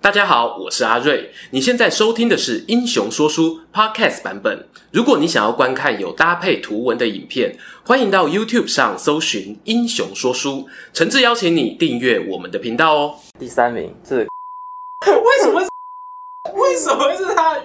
大家好，我是阿瑞。你现在收听的是《英雄说书》Podcast 版本。如果你想要观看有搭配图文的影片，欢迎到 YouTube 上搜寻《英雄说书》，诚挚邀请你订阅我们的频道哦。第三名 是为什么是？为什么是他？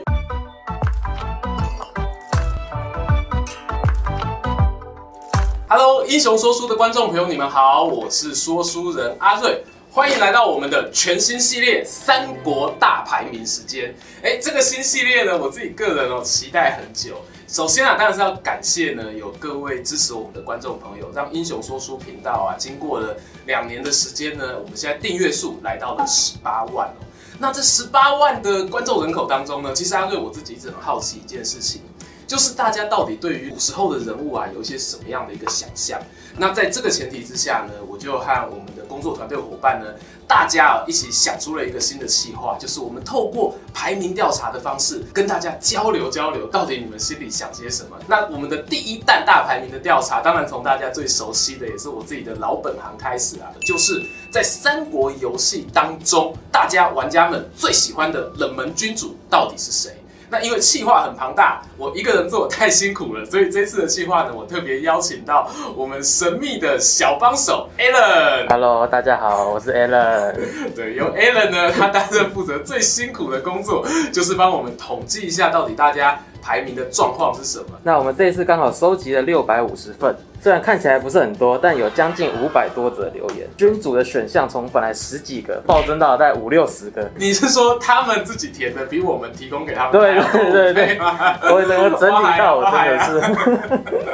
Hello，英雄说书的观众朋友，你们好，我是说书人阿瑞，欢迎来到我们的全新系列《三国大排名》时间。哎，这个新系列呢，我自己个人哦期待很久。首先啊，当然是要感谢呢有各位支持我们的观众朋友，让英雄说书频道啊，经过了两年的时间呢，我们现在订阅数来到了十八万哦。那这十八万的观众人口当中呢，其实阿瑞我自己一直很好奇一件事情，就是大家到底对于古时候的人物啊，有一些什么样的一个想象？那在这个前提之下呢，我就和我们的工作团队伙伴呢，大家哦一起想出了一个新的计划，就是我们透过排名调查的方式，跟大家交流交流，到底你们心里想些什么？那我们的第一弹大排名的调查，当然从大家最熟悉的，也是我自己的老本行开始啊，就是在三国游戏当中，大家玩家们最喜欢的冷门君主到底是谁？那因为企划很庞大，我一个人做太辛苦了，所以这次的企划呢，我特别邀请到我们神秘的小帮手 Alan。 Hello，大家好，我是 Alan。对，由 Alan 呢，他担任负责最辛苦的工作，就是帮我们统计一下到底大家排名的状况是什么。那我们这一次刚好收集了六百五十份，虽然看起来不是很多，但有将近五百多则留言。君主的选项从本来十几个暴增到大概五六十个。 你是说他们自己填的，比我们提供给他们对还要对对 对多吗我整个整理到，我真的啊 是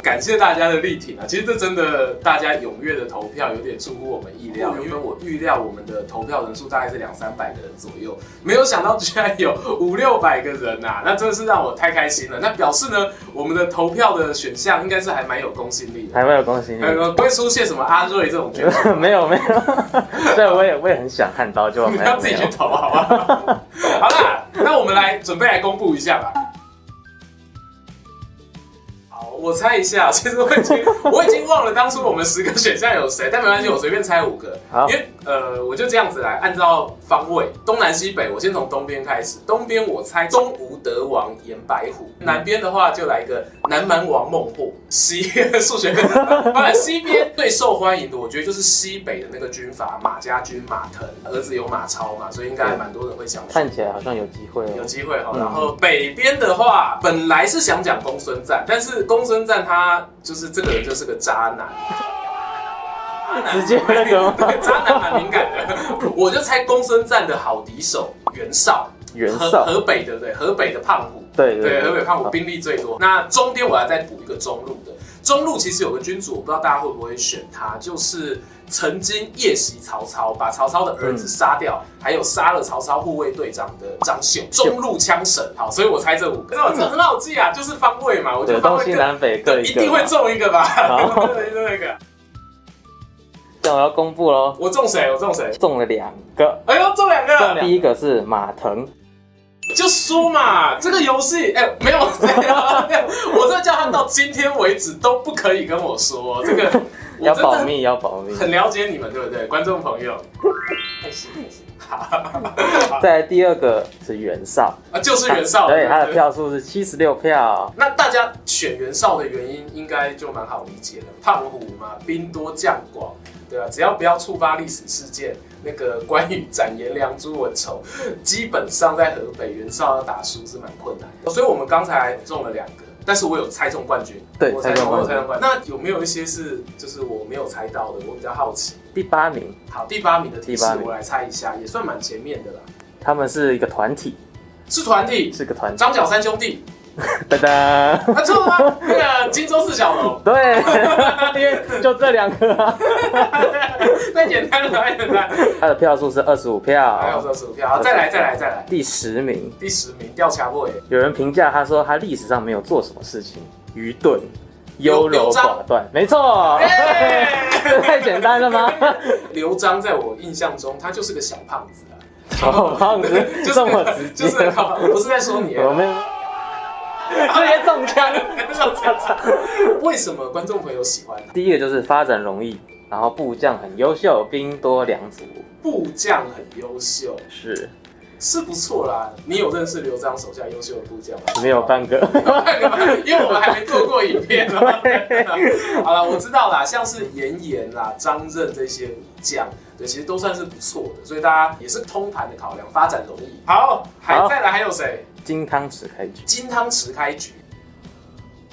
感谢大家的力挺啊！其实这真的大家踊跃的投票有点出乎我们意哦料，因为我预料我们的投票人数大概是两三百个人左右，没有想到居然有五六百个人呐、那真的是让我太开心了。那表示呢，我们的投票的选项应该是还蛮有公信力的。还没有恭喜你，呃，不会出现什么阿瑞这种角色， 没有 没有。虽然我也我也很想看到，就你没不要有自没己去有。投好吧？ 好啦，那我们来准备来公布一下吧。好，我猜一下，其实我已经我已经忘了当初我们十个选项有谁，但没关系，我随便猜五个，好因为呃，我就这样子来，按照方位，东南西北，我先从东边开始，东边我猜东吴德王颜白虎，南边的话就来一个南蛮王孟获，西数学课当然，西边最受欢迎的，我觉得就是西北的那个军阀马家军马腾，儿子有马超嘛，所以应该还蛮多人会想去。看起来好像有机会有哦。机会哈、嗯然后北边的话，本来是想讲公孙瓒，但是公孙瓒他就是这个人就是个渣男，直接那个吗对 渣男蛮敏感的。我就猜公孙瓒的好敌手袁绍，袁河绍，河北的对，河北的胖虎，对对，对河北对，胖虎兵力最多。那中间我要再补一个中路的，中路其实有个君主，我不知道大家会不会选他，就是曾经夜袭曹操，把曹操的儿嗯子杀掉，还有杀了曹操护卫队长的张绣，中路枪神。好，所以我猜这五个，这很好记啊，就是方位嘛，我觉得对方东位西更南北各对一一个定会嘛。中一个吧，好 对，中一个。这样我要公布喽，我中谁？我中谁？中了两个。哎呦，中两个，第一个是马腾，就输嘛！这个游戏，哎、没有这样，我真的叫他们到今天为止都不可以跟我说这个，我 要真保的密要保密。很了解你们，对不对，观众朋 友？开心开心，好再来第二个是啊袁绍，啊，就是袁绍，对，他不的。票数是七十六票。那大家选袁绍的原因应该就蛮好理解的，胖虎嘛，兵多将广，对啊吧、只要不要触发历史事件，那个关羽斩颜良、诛文丑，基本上在河北袁绍要打输是蛮困难的。所以我们刚才中了两个，但是我有猜中冠军，对我猜中冠我军猜中冠军。那有没有一些是就是我没有猜到的？我比较好奇。第八名，好，第八名的提第示八名我来猜一下，也算蛮前面的啦，他们是一个团体，是团体。是个团体。张角三兄弟， 噔噔，啊，错了 吗？那个荆州四小龙，对，因为就这两个啊、 太简单了，太简单了。他的票数是二十五还有票。这薯票，好，再来，再来，再来。第十名，第十名，吊桥尾，有人评价他说他历史上没有做什么事情，愚钝、优柔寡断。没错， 哎这 太简单了 吗？刘璋在我印象中，他就是个小胖子啊，小胖子 就是这么直就接是，我不是在说你啊，我们直接中枪。 为什么观众朋友喜欢他？第一个就是发展容易，然后部将很优秀，兵多粮足，部将很优秀，是是不错啦。你有认识刘璋手下优秀的部将吗？没有半个。 因为我们还没做过影 片呢。好了，我知道啦，像是严颜啦、张任这些武将，对，其实都算是不错的，所以大家也是通盘的考量，发展容易。好，还好再来还有谁？金汤匙开局，金汤匙开局。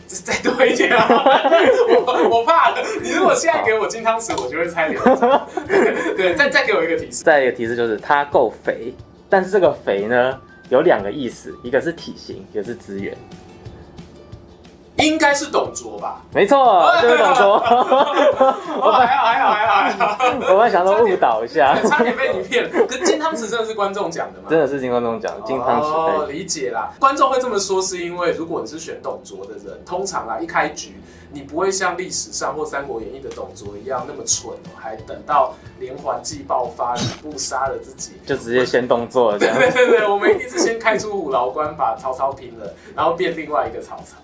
再再多一点 啊！我我怕了。你如果现在给我金汤匙，我就会猜刘 璋。对，再再给我一个提示。再一个提示就是它够肥，但是这个肥呢有两个意思，一个是体型，一个是资源。应该是董卓吧？没错，哎就是 董卓。哦，还好，还好，还好，还好。我本来想说误导一下， 差点被你骗了。可是金汤匙真的是观众讲的吗？真的是金光中奖，金汤匙哦，开局。理解啦。观众会这么说，是因为如果你是选董卓的人，通常啦一开局，你不会像历史上或《三国演义》的董卓一样那么蠢哦，还等到连环计爆发，吕布杀了自己。就直接先动作了这样。对对对，我们一定是先开出虎牢关，把曹操平了，然后变另外一个曹操。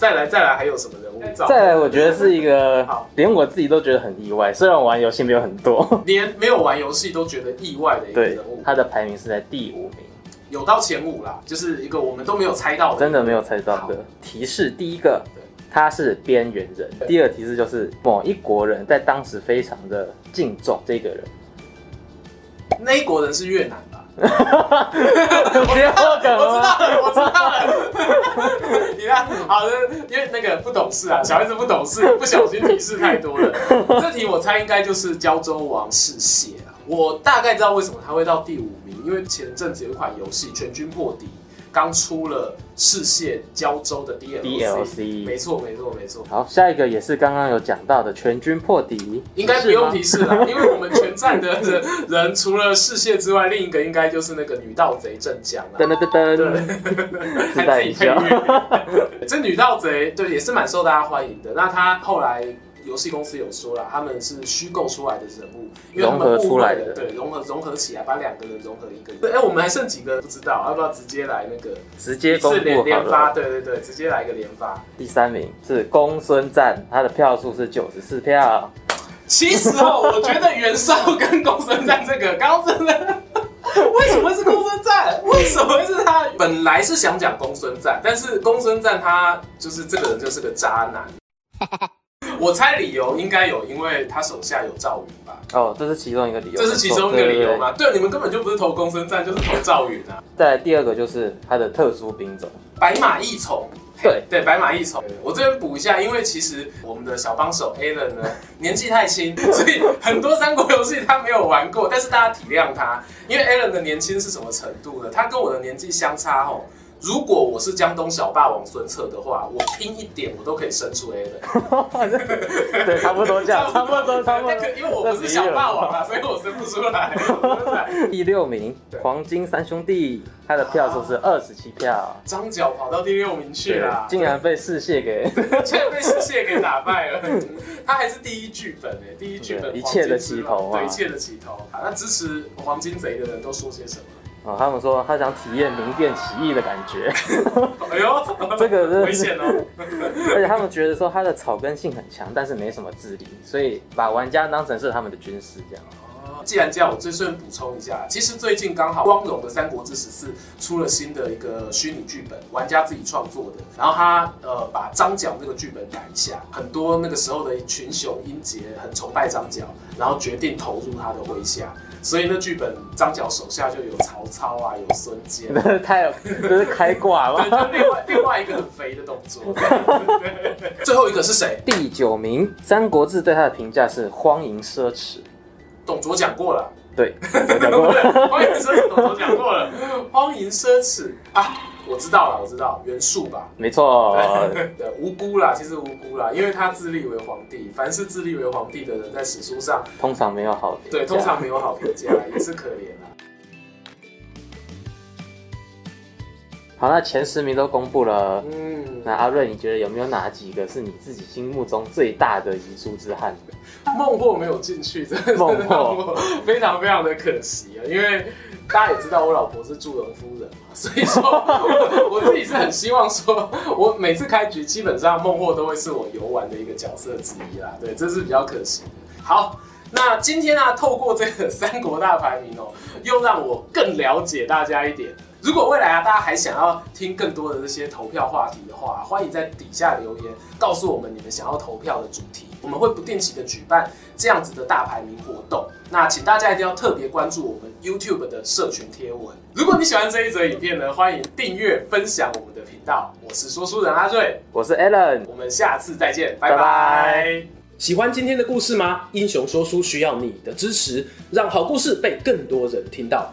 再来再来，还有什么人物照？再来，我觉得是一个好连我自己都觉得很意外，虽然我玩游戏没有很多。连没有玩游戏都觉得意外的一个对人物，，他的排名是在第五名，有到前五啦，就是一个我们都没有猜到的。真的没有猜到的。提示第一个对，他是边缘人；第二提示就是某一国人在当时非常的敬重这个人。那一国人是越南吧？不要梗我知了道了，我知道了。 你看，好的，因为那个不懂事啊，小孩子不懂事，不小心提示太多了。这题我猜应该就是胶州王是谢啊。我大概知道为什么他会到第五名，因为前阵子有一款游戏《全军破敌》刚出了嗜血胶州的 DLC。没 DLC。错，没错，没错，好，下一个也是刚刚有讲到的全军破敌，应该不是用吗提示了，因为我们全站的人人除了嗜血之外，另一个应该就是那个女盗贼郑江啊了。噔噔噔对噔，，还自己配乐。这女盗贼对也是蛮受大家欢迎的。那她后来游戏公司有说了，他们是虚构出来的人物，因为他们融合出来误会了的对，融合融合起来，把两个人融合一个人。对哎、我们还剩几个不知道，要不要直接来那个直接一公次布连好连发？了。对对对，直接来一个连发。第三名是公孙瓒，他的票数是九十四票。其实哦，我觉得袁绍跟公孙瓒这个，刚刚真的。 为什么是公孙瓒？为什么是他？本来是想讲公孙瓒，但是公孙瓒他就是这个人就是个渣 男。我猜理由应该有，因为他手下有赵云吧，哦，这是其中一个理由，这是其中一没个错理由？对对嘛？对，你们根本就不是投公孙瓒，就是投赵云啊，对再来第二个就是他的特殊兵 种，白马义从。对对，白马义从。我这边补一下，因为其实我们的小帮手 Alan 呢年纪太轻，所以很多三国游戏他没有玩过，但是大家体谅他，因为 Alan 的年轻是什么程度呢？他跟我的年纪相差哦。如果我是江东小霸王孙策的话，我拼一点我都可以生出 Alan，对，差不多这样，差不多，差不但可多。因为我不是小霸王啊，所以我生不出来。我生不出来第六名对，黄金三兄弟，他的票数是二十七票，张角跑到第六名去了，竟然被世界给 现在被世界给打败了， 他还是第一剧本哎、第一剧本对一切的起头啊对，一切的起头。啊那支持黄金贼的人都说些什么？ 哦，他们说他想体验民变起义的感 觉，哎呦，这个真的危险哦！而且他们觉得说他的草根性很强，但是没什么智力，所以把玩家当成是他们的军师 这样。既然这样，我最顺便补充一下，其实最近刚好光荣的《三国志十四》出了新的一个虚拟剧本，玩家自己创作的。然后他呃把张角那个剧本改一下，很多那个时候的群雄英杰很崇拜张角，然后决定投入他的麾下。所以那剧本张角手下就有曹操啊，有孙坚、 啊，太有，这是开挂 对，吧。就 另外另外一个很肥的动作。 最后一个是谁？第九名，《三国志》对他的评价是荒淫奢侈。董卓讲过了，对，我 讲过 荒淫奢侈，董卓讲过了，荒淫奢侈啊，我知道了，我知道，袁术吧。没错，对，无辜啦，其实无辜啦，因为他自立为皇帝，凡是自立为皇帝的人，在史书上通常没有好评价。对通常没有好评 价，也是可怜啦。好，那前十名都公布了。嗯，那阿瑞，你觉得有没有哪几个是你自己心目中最大的遗珠之憾？孟获没有进去，真的是孟获让我非常非常的可惜啊，因为。大家也知道我老婆是祝融夫人嘛，所以 说我我自己是很希望说，我每次开局基本上孟获都会是我游玩的一个角色之一啦，对，这是比较可惜的。好，那今天呢、透过这个三国大排名哦，又让我更了解大家一点。如果未来啊，大家还想要听更多的这些投票话题的话，欢迎在底下留言告诉我们你们想要投票的主题。我们会不定期的举办这样子的大排名活动，那请大家一定要特别关注我们 YouTube 的社群贴文。如果你喜欢这一则影片呢，欢迎订阅、分享我们的频道。我是说书人阿瑞，我是 Alan，我们下次再见，拜拜拜拜喜欢今天的故事吗？英雄说书需要你的支持，让好故事被更多人听到。